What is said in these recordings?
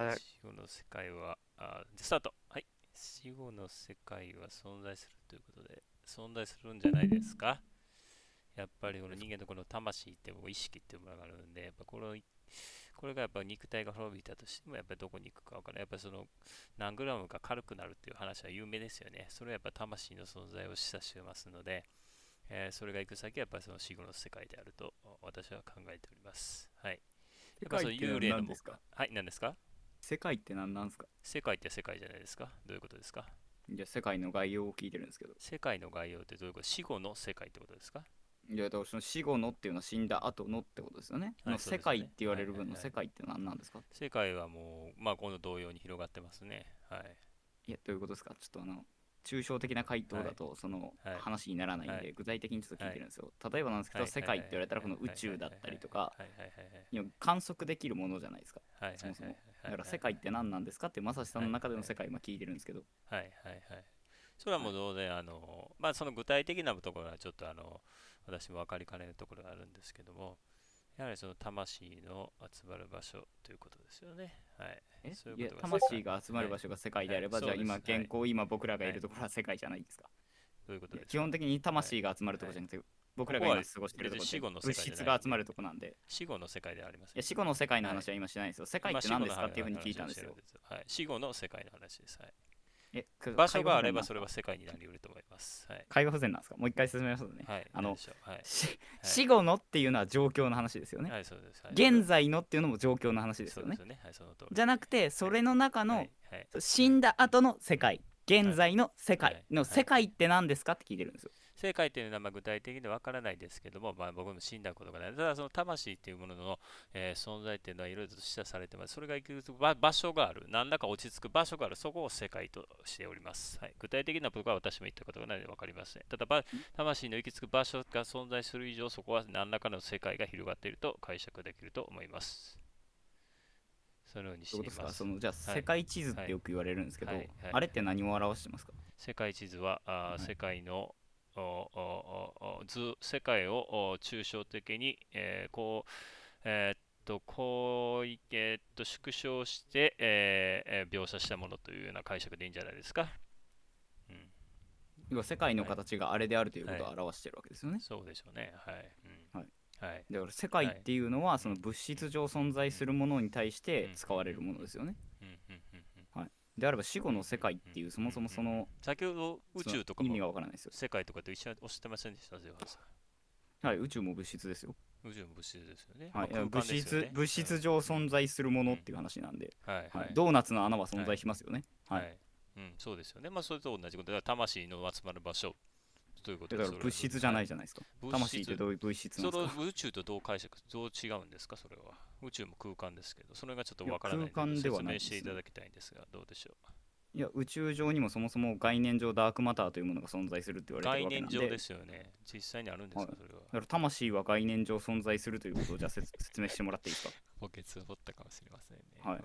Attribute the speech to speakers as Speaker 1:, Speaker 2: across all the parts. Speaker 1: あ
Speaker 2: 死後の世界は、あじゃあスタート。はい。死後の世界は存在するということで、存在するんじゃないですか。やっぱりこの人間のこの魂ってもう意識っていうものがあるんで、やっぱこの、これがやっぱ肉体が滅びたとしても、やっぱりどこに行くか分からない。やっぱりその何グラムか軽くなるっていう話は有名ですよね。それはやっぱ魂の存在を示唆してますので、えーそれが行く先はやっぱりその死後の世界であると私は考えております。はい。や
Speaker 3: 世
Speaker 2: っぱ
Speaker 3: 界
Speaker 2: その
Speaker 3: って
Speaker 2: 幽霊の
Speaker 3: 何
Speaker 2: も
Speaker 3: ですか
Speaker 2: はい、何ですか
Speaker 3: 世界って何なんですか
Speaker 2: 世界って世界じゃないですかどういうことですか
Speaker 3: いや、世界の概要を聞いてるんですけど。
Speaker 2: 世界の概要ってどういうこと死後の世界ってことですか
Speaker 3: いや、だからその死後のっていうのは死んだ後のってことですよね。
Speaker 2: はい
Speaker 3: の
Speaker 2: そうですね
Speaker 3: 世界って言われる
Speaker 2: はい
Speaker 3: 分
Speaker 2: はい
Speaker 3: の
Speaker 2: はい
Speaker 3: 世界って何なんですか、い
Speaker 2: 世界はもう、まあ、この同様に広がってますね。はい。
Speaker 3: や、どういうことですかちょっとあの、抽象的な回答だと、その
Speaker 2: はい
Speaker 3: 話にならないんで、
Speaker 2: はい
Speaker 3: 具体的にちょっと聞いてるんですよ。例えばなんですけど、
Speaker 2: はい
Speaker 3: 世界って言われたら、この宇宙だったりとか、、
Speaker 2: はいはいはいはい
Speaker 3: いや観測できるものじゃないですか。
Speaker 2: はいはいはいはい。
Speaker 3: そも
Speaker 2: は
Speaker 3: そもだ
Speaker 2: いはいはいはい
Speaker 3: から世界って何なんですかって、まさしさんの中での世界、今聞いてるんですけど。
Speaker 2: はいはいはい。それはもう当然、あの、まあ、その具体的なところはちょっとあの、私も分かりかねるところがあるんですけども、やはりその魂の集まる場所ということですよね。はい。
Speaker 3: え
Speaker 2: そう
Speaker 3: い
Speaker 2: いう
Speaker 3: や
Speaker 2: ことが
Speaker 3: 魂が集まる場所が世界であれば、
Speaker 2: はい
Speaker 3: じゃあ
Speaker 2: そうです
Speaker 3: 今
Speaker 2: はい
Speaker 3: 現行、今僕らがいるところは世界じゃないですか、
Speaker 2: どういうこと
Speaker 3: いや
Speaker 2: です
Speaker 3: 基
Speaker 2: か
Speaker 3: 本的に魂が集まるところじゃなくて、僕らが今過ごしてるとこ
Speaker 2: 別に死後
Speaker 3: ろ
Speaker 2: の
Speaker 3: で
Speaker 2: 世界
Speaker 3: 物
Speaker 2: じゃない
Speaker 3: 質が集まるとこなんで
Speaker 2: 死後の世界ではあります
Speaker 3: いや死後の世界の話は今しないですよ、世界って何ですかっていうふうに聞いたんですよ。
Speaker 2: はい、死後の世界の話です。はい、
Speaker 3: えく
Speaker 2: 場所があれば
Speaker 3: 会話不全なん
Speaker 2: それは世界になりうると思います。はい。
Speaker 3: 会話不全なんですかもう一回進めますね、
Speaker 2: はい、
Speaker 3: あの
Speaker 2: 何でしょうはい、
Speaker 3: し死後のっていうのは状況の話ですよね、
Speaker 2: はい、そうです。はい
Speaker 3: 現在のっていうのも状況の話です
Speaker 2: そうで
Speaker 3: よね
Speaker 2: すよね。はい、その通り。
Speaker 3: じゃなくてそれの中の、
Speaker 2: はいはい
Speaker 3: 死んだ後の世界現在の世界の世界って何ですかって聞いてるんですよ
Speaker 2: 世界というのはまあ具体的には分からないですけども、まあ、僕も死んだことがない。ただその魂というものの、えー存在というのはいろいろと示唆されてます。それが行く場場所がある。何らか落ち着く場所がある。そこを世界としております。はい、具体的なことは私も言ったことがないので分かりません。ただ、ば魂の行き着く場所が存在する以上、そこは何らかの世界が広がっていると解釈できると思います。そのようにして
Speaker 3: どう
Speaker 2: い
Speaker 3: いうこと
Speaker 2: ま
Speaker 3: ですか
Speaker 2: す
Speaker 3: そ。のじゃあ
Speaker 2: はい
Speaker 3: 世界地図ってよく言われるんですけど、
Speaker 2: はいはいはい
Speaker 3: あれって何を表してますか、
Speaker 2: 世界地図は、あー
Speaker 3: はい
Speaker 2: 世界のおおおお図世界をお抽象的に、えーこうえーっとこういえーっと縮小して、えーえー描写したものというような解釈でいいんじゃないですか。うん、
Speaker 3: 要は世界の形があれであるということを表してるわけですよね、
Speaker 2: そうでしょうね。はい。うん
Speaker 3: はい
Speaker 2: はい
Speaker 3: だから世界っていうのはその物質上存在するものに対して
Speaker 2: うん
Speaker 3: 使われるものですよね
Speaker 2: うんうんうんうん
Speaker 3: であれば死後の世界っていうそもそもその
Speaker 2: 先ほど宇宙とか
Speaker 3: その意味
Speaker 2: も
Speaker 3: がわからないですよ
Speaker 2: 世界とかと一緒におっしゃってませんでしたゼファーさん
Speaker 3: はい宇宙も物質ですよ,、
Speaker 2: 宇宙も物質ですよね。
Speaker 3: はい
Speaker 2: まあ空間
Speaker 3: 物
Speaker 2: ですよ
Speaker 3: 質
Speaker 2: ね
Speaker 3: 物質上存在するものっていう話なんで、
Speaker 2: うんはい
Speaker 3: は
Speaker 2: はいい。
Speaker 3: ドーナツの穴は存在しますよね
Speaker 2: は
Speaker 3: はいい、
Speaker 2: うん、そうですよね。まあ、それと同じことで、だから魂の集まる場所ということ
Speaker 3: だ
Speaker 2: で
Speaker 3: から
Speaker 2: す
Speaker 3: 物質じゃない
Speaker 2: じ
Speaker 3: じゃないですか、
Speaker 2: ゃん
Speaker 3: 魂ってど
Speaker 2: う
Speaker 3: ういう物質なん
Speaker 2: そ
Speaker 3: です
Speaker 2: の
Speaker 3: か
Speaker 2: 宇宙とどう解釈、どう違うんですか、それは。宇宙も空間ですけど、それがちょっと
Speaker 3: いや
Speaker 2: わからない
Speaker 3: 空間ではないです
Speaker 2: 説明
Speaker 3: ね
Speaker 2: していただきたいんですが、どうでしょう。
Speaker 3: いや宇宙上にもそもそも概念上ダークマターというものが存在するって言われてる
Speaker 2: 概
Speaker 3: わけ
Speaker 2: 念
Speaker 3: なんで
Speaker 2: 上ですよね。実際にあるんですか
Speaker 3: は、い
Speaker 2: それは。
Speaker 3: だから魂は概念上存在するということをじゃあ説説明してもらっていいですか
Speaker 2: 補欠を掘ったかもしれませんね。
Speaker 3: はい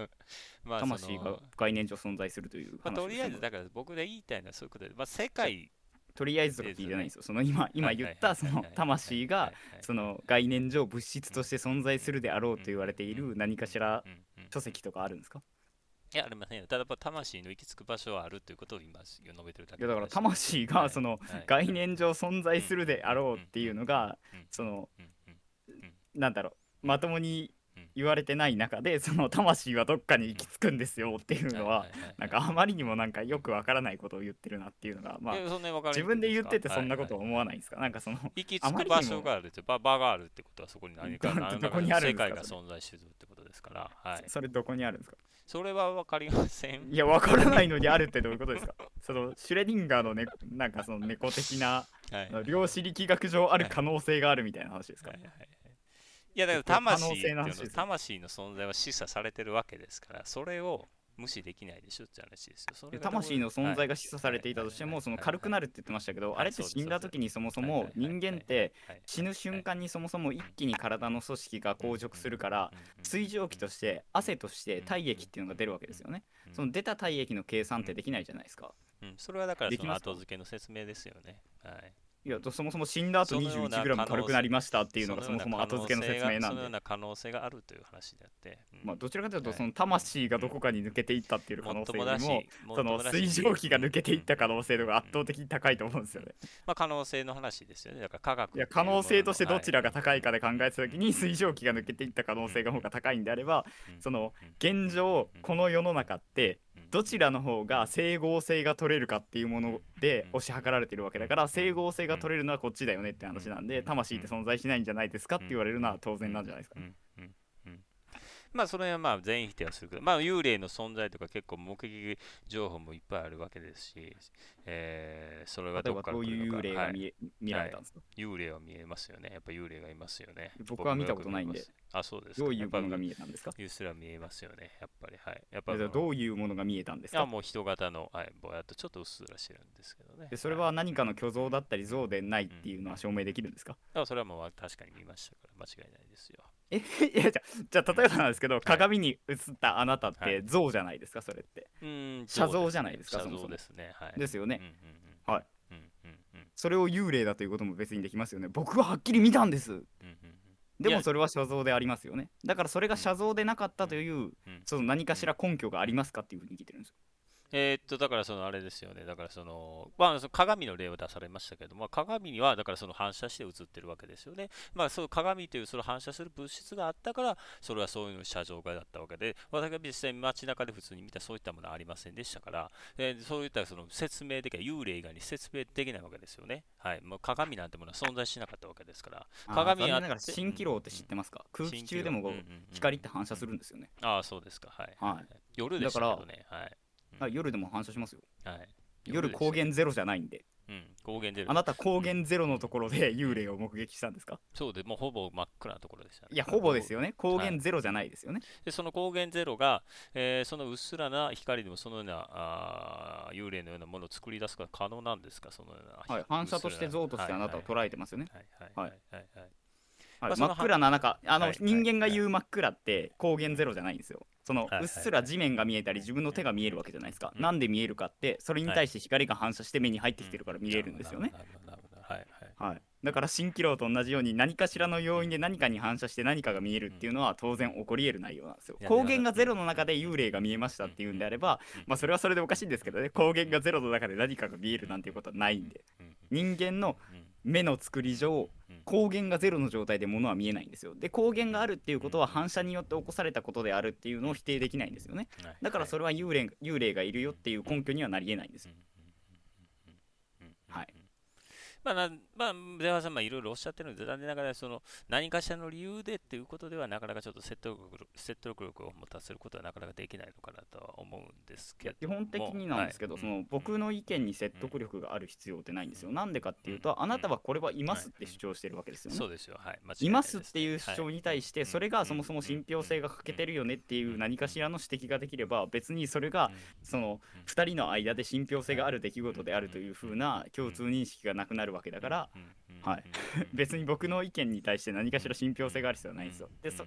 Speaker 2: まあまあ、その
Speaker 3: 魂が概念上存在するという話
Speaker 2: まあ、とりあえず、
Speaker 3: だ
Speaker 2: だから僕で言いたいのはそういうことで、まあ、世界、
Speaker 3: とりあえずとか聞いてないんですよその今今
Speaker 2: はい
Speaker 3: 言
Speaker 2: はい
Speaker 3: っ
Speaker 2: は
Speaker 3: た
Speaker 2: い
Speaker 3: そ
Speaker 2: はい
Speaker 3: の
Speaker 2: はいはい
Speaker 3: 魂
Speaker 2: はい
Speaker 3: が
Speaker 2: はい
Speaker 3: その概念上物質として存在するであろうと言われている何かしら
Speaker 2: うんうん
Speaker 3: 書籍とかあるんですか
Speaker 2: いや、ありませんよ。ただ、やっぱ述べてるだけの話
Speaker 3: いやだから魂がその
Speaker 2: はい
Speaker 3: 概念上存在するであろうっていうのが
Speaker 2: うん
Speaker 3: その
Speaker 2: うんうん
Speaker 3: なんだろうまともに
Speaker 2: うん
Speaker 3: 言われてない中でその魂はどっかに行き着くんですよっていうのはなんかあまりにもなんかよくわからないことを言ってるなっていうのがまあ
Speaker 2: いやそんなに分からな
Speaker 3: 自
Speaker 2: い
Speaker 3: 分で言っててそんなこ
Speaker 2: は
Speaker 3: と
Speaker 2: い
Speaker 3: は思わないんですかなんかその
Speaker 2: はい行き
Speaker 3: あ
Speaker 2: 着
Speaker 3: ま
Speaker 2: く
Speaker 3: りにも
Speaker 2: 場所があるって場場があるってことはそこに何か
Speaker 3: ど
Speaker 2: 何ら
Speaker 3: ど
Speaker 2: か
Speaker 3: こ
Speaker 2: の
Speaker 3: にある
Speaker 2: 世
Speaker 3: んですか
Speaker 2: 界が存在してるってことですから、はい、
Speaker 3: それどこにあるんですか
Speaker 2: それは分かりません
Speaker 3: いやわからないのにあるってどういうことですかそのシュレディンガーのねなんかその猫的な
Speaker 2: はい
Speaker 3: あの量子力学上ある可能性があるみたいな話ですか
Speaker 2: はいはいはいいやだから
Speaker 3: 可能
Speaker 2: 魂ってい
Speaker 3: 性
Speaker 2: う
Speaker 3: の
Speaker 2: の
Speaker 3: 話ですよ
Speaker 2: 魂の存在は示唆されてるわけですからそれを無視できないでしょって話ですよそれがどう
Speaker 3: 魂の存在が示唆されていたとしてもその軽くなるって言ってましたけど
Speaker 2: はい
Speaker 3: あれって死んだ時にそもそも人間って
Speaker 2: はい
Speaker 3: 死ぬ瞬間にそもそも一気に体の組織が硬直するから
Speaker 2: うんうんうん
Speaker 3: 水蒸気として汗として体液っていうのが出るわけですよね
Speaker 2: うん
Speaker 3: その出た体液の計算ってできないじゃないですか
Speaker 2: うん、それはだから
Speaker 3: で
Speaker 2: そ
Speaker 3: き
Speaker 2: の
Speaker 3: ますか
Speaker 2: 後付けの説明ですよね。はい。
Speaker 3: いやとそもそも死んだ
Speaker 2: そ
Speaker 3: 後
Speaker 2: のような
Speaker 3: 21g 軽くなりましたっていうのが
Speaker 2: そ
Speaker 3: そ
Speaker 2: のよ
Speaker 3: も
Speaker 2: うな
Speaker 3: そも後付けの説明な
Speaker 2: 可能性がそのよ
Speaker 3: んで
Speaker 2: うな可能性があるという話であって、うん
Speaker 3: まあ、どちらかというと
Speaker 2: はい
Speaker 3: その魂がどこかに抜けていったっていう可能性よりも
Speaker 2: もっ
Speaker 3: そ
Speaker 2: とも
Speaker 3: の
Speaker 2: だし
Speaker 3: 水蒸気が抜けていった可能性の方が圧倒
Speaker 2: うん
Speaker 3: 的に高いと思うんですよね。
Speaker 2: まあ、可能性の話ですよねだから科学って
Speaker 3: いうや可能性としてどちらが高いかで考え
Speaker 2: と
Speaker 3: た
Speaker 2: き
Speaker 3: 時に水蒸気が抜けていった可能性が方が高いんであればその現状この世の中ってどちらの方が整合性が取れるかっていうもので推し量られてるわけだから整合性が取れるのはこっちだよねって話なんで魂って存在しないんじゃないですかって言われるのは当然なんじゃないですか
Speaker 2: う。んうんうんまあその辺はまあ全否定はするけど、まあ、幽霊の存在とか結構目撃情報もいっぱいあるわけですし、えーそれは
Speaker 3: 例
Speaker 2: ど
Speaker 3: え
Speaker 2: こ
Speaker 3: ば
Speaker 2: から
Speaker 3: どう
Speaker 2: 来
Speaker 3: い
Speaker 2: る
Speaker 3: う
Speaker 2: の
Speaker 3: 幽
Speaker 2: か
Speaker 3: 霊
Speaker 2: は
Speaker 3: が
Speaker 2: い
Speaker 3: 見え見られたんですか
Speaker 2: 幽霊は見えますよね。やっぱ幽霊がいますよね。
Speaker 3: 僕は見たことないんで
Speaker 2: 僕もよく見ます。あ、そうですか。
Speaker 3: どういうもの
Speaker 2: やっぱ
Speaker 3: が見えたんですか
Speaker 2: うっすら見えますよね。やっぱり、はい。やっぱ
Speaker 3: え
Speaker 2: り、
Speaker 3: じゃあどういうものが見えたんです
Speaker 2: いや
Speaker 3: か
Speaker 2: もう人型の、はい、ぼやっとちょっとうっすらしてるんですけどね。
Speaker 3: でそれ
Speaker 2: い
Speaker 3: は何かの虚像だったり像でないっていうのは証明できるんですか、
Speaker 2: だからそれはもう確かに見ましたから間違いないですよ。
Speaker 3: え いやじゃあじゃあ例えばなんですけど、鏡に映ったあなたっ
Speaker 2: は
Speaker 3: て像じゃないですかそれって
Speaker 2: うーん、そ
Speaker 3: 写
Speaker 2: う
Speaker 3: 像
Speaker 2: です
Speaker 3: じゃないですか
Speaker 2: 写
Speaker 3: そもそ
Speaker 2: 像
Speaker 3: も
Speaker 2: ですね。はい。
Speaker 3: ですよ
Speaker 2: ね
Speaker 3: ね、
Speaker 2: うんうんうん
Speaker 3: はい。
Speaker 2: うんうんうん
Speaker 3: それを幽霊だということも別にできますよね僕ははっきり見たんです
Speaker 2: うんうん
Speaker 3: で
Speaker 2: い
Speaker 3: も
Speaker 2: や
Speaker 3: それは写像でありますよねだからそれが写像でなかったという、
Speaker 2: うん
Speaker 3: その何かしら根拠がありますかっていうふうに聞いてるんですよ
Speaker 2: えーっとだからそのあれですよねだからその,、まあ、その鏡の例は出されましたけども鏡にはだからその反射して映ってるわけですよね、まあ、そう鏡というその反射する物質があったからそれはそういうの写像画だったわけで私が実際に街中で普通に見たそういったものはありませんでしたから、えーそういったその説明できない幽霊以外に説明できないわけですよね、はい、もう鏡なんてものは存在しなかったわけですから鏡
Speaker 3: あー残
Speaker 2: あっ
Speaker 3: 念ながら
Speaker 2: て
Speaker 3: 蜃気楼って知ってますか、空気中でもこう
Speaker 2: 蜃気楼うんうんうん
Speaker 3: 光って反射するんですよね、
Speaker 2: ああそうですかはい、
Speaker 3: はい
Speaker 2: 夜でしたけどねはい
Speaker 3: あ夜でも反射しますよ
Speaker 2: はい
Speaker 3: 夜
Speaker 2: でした
Speaker 3: 光源ゼロじゃないんで
Speaker 2: うん光源出る
Speaker 3: あなた光源ゼロのところで幽霊を目撃したんですか
Speaker 2: そうでもうほぼ真っ暗なところでしたね、
Speaker 3: いやほぼです
Speaker 2: よ
Speaker 3: よね光源ゼロじゃないですよね、
Speaker 2: でその光源ゼロが、えーそのうっすらな光でもそのようなあー幽霊のようなものを作り出すことが可能なんですかそのような、
Speaker 3: はい、反射として像としてあなたを捉えて
Speaker 2: ま
Speaker 3: ますよね、
Speaker 2: はいはいは
Speaker 3: はいい
Speaker 2: はいはい
Speaker 3: はい
Speaker 2: まあそ
Speaker 3: 真
Speaker 2: の
Speaker 3: っ暗な中あの、
Speaker 2: はい
Speaker 3: 人間が言う真っ暗って光源ゼロじゃないんですよその、
Speaker 2: はいはいう
Speaker 3: っすら地面が見えたり自分の手が見えるわけじゃないですか、
Speaker 2: うん
Speaker 3: なんで見えるかってそれに対して光が反射して目に入ってきてるから見れるんですよね、
Speaker 2: なるほどなるほどなるほどはいはい
Speaker 3: はい、だから蜃気楼と同じように何かしらの要因で何かに反射して何かが見えるっていうのは当然起こり得る内容なんですよ。
Speaker 2: いやだから
Speaker 3: 光源がゼロの中で幽霊が見えましたっていうんであれば
Speaker 2: うん、
Speaker 3: まあ、それはそれでおかしいんですけどね光源がゼロの中で何かが見えるなんていうことはないんで
Speaker 2: うん
Speaker 3: 人間の目の作り
Speaker 2: う
Speaker 3: 上
Speaker 2: んうん
Speaker 3: 光源がゼロの状態で物は見えないんですよ。で光源があるっていうことは反射によって起こされたことであるっていうのを否定できないんですよね。
Speaker 2: はい
Speaker 3: だからそ
Speaker 2: れ
Speaker 3: れは幽霊幽霊がいるよっていう根拠にはなり得ないんですよ。はい
Speaker 2: まあ、なんまあ、出川さん、まあ、いろいろおっしゃってるので、残念ながら、その、何かしらの理由でっていうことでは、なかなかちょっと説得力、説得力を持たせることはなかなかできないのかなとは思うんですけども。
Speaker 3: 基本的になんですけど、
Speaker 2: はい
Speaker 3: その僕の意見に説得力がある必要ってないんですよ。なんでかっていうと、あなたはこれはいますって主張してるわけですよね
Speaker 2: そ。うですよ、はい。間違
Speaker 3: い
Speaker 2: いな
Speaker 3: ますっ
Speaker 2: で
Speaker 3: ていう主張に対して、
Speaker 2: はい
Speaker 3: それがそもそも信憑性が欠けてるよねっていう何かしらの指摘ができれば、別にそれがその2人の間で信憑性がある出来事であるというふうな共通認識がなくなるわけだから、、はい。別に僕の意見に対して何かしら信憑性がある必要はないんですよ。でそそ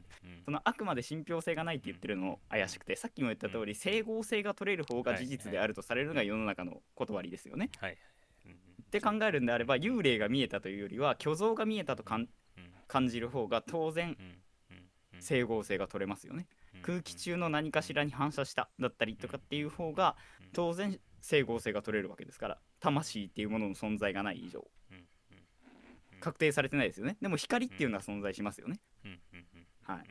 Speaker 2: の、
Speaker 3: のあくまで信憑性がないって言ってるのも怪しくてさっきも言った通り整合性が取れる方が事実であるとされるのが世の中の断りですよね。
Speaker 2: はい。うんうん
Speaker 3: って考えるんであれば幽霊が見えたというよりは虚像が見えたとかん
Speaker 2: うん
Speaker 3: 感じる方が当然
Speaker 2: うんうんうん
Speaker 3: 整合性が取れますよね。
Speaker 2: うん
Speaker 3: 空気中の何かしらに反射しただったりとかっていう方が当然整合性が取れるわけですから魂っていうものの存在がない以上
Speaker 2: うんうん
Speaker 3: 確定されてないですよね。でも光っていうのは存在しますよね。
Speaker 2: うんうんうん
Speaker 3: はい。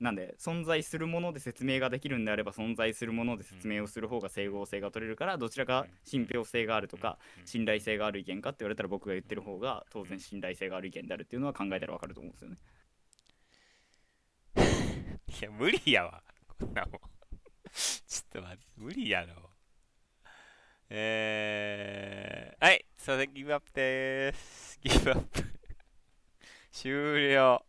Speaker 3: なんで存在するもので説明ができるんであれば存在するもので説明をする方が整合性が取れるからどちらか信憑性があるとか信頼性がある意見かって言われたら僕が言ってる方が当然信頼性がある意見であるっていうのは考えたらわかると思うんですよね。
Speaker 2: いや、無理やわ。こんなもん。ちょっと待って、無理やろ。えー、はい、それでギブアップでーす。ギブアップ。終了。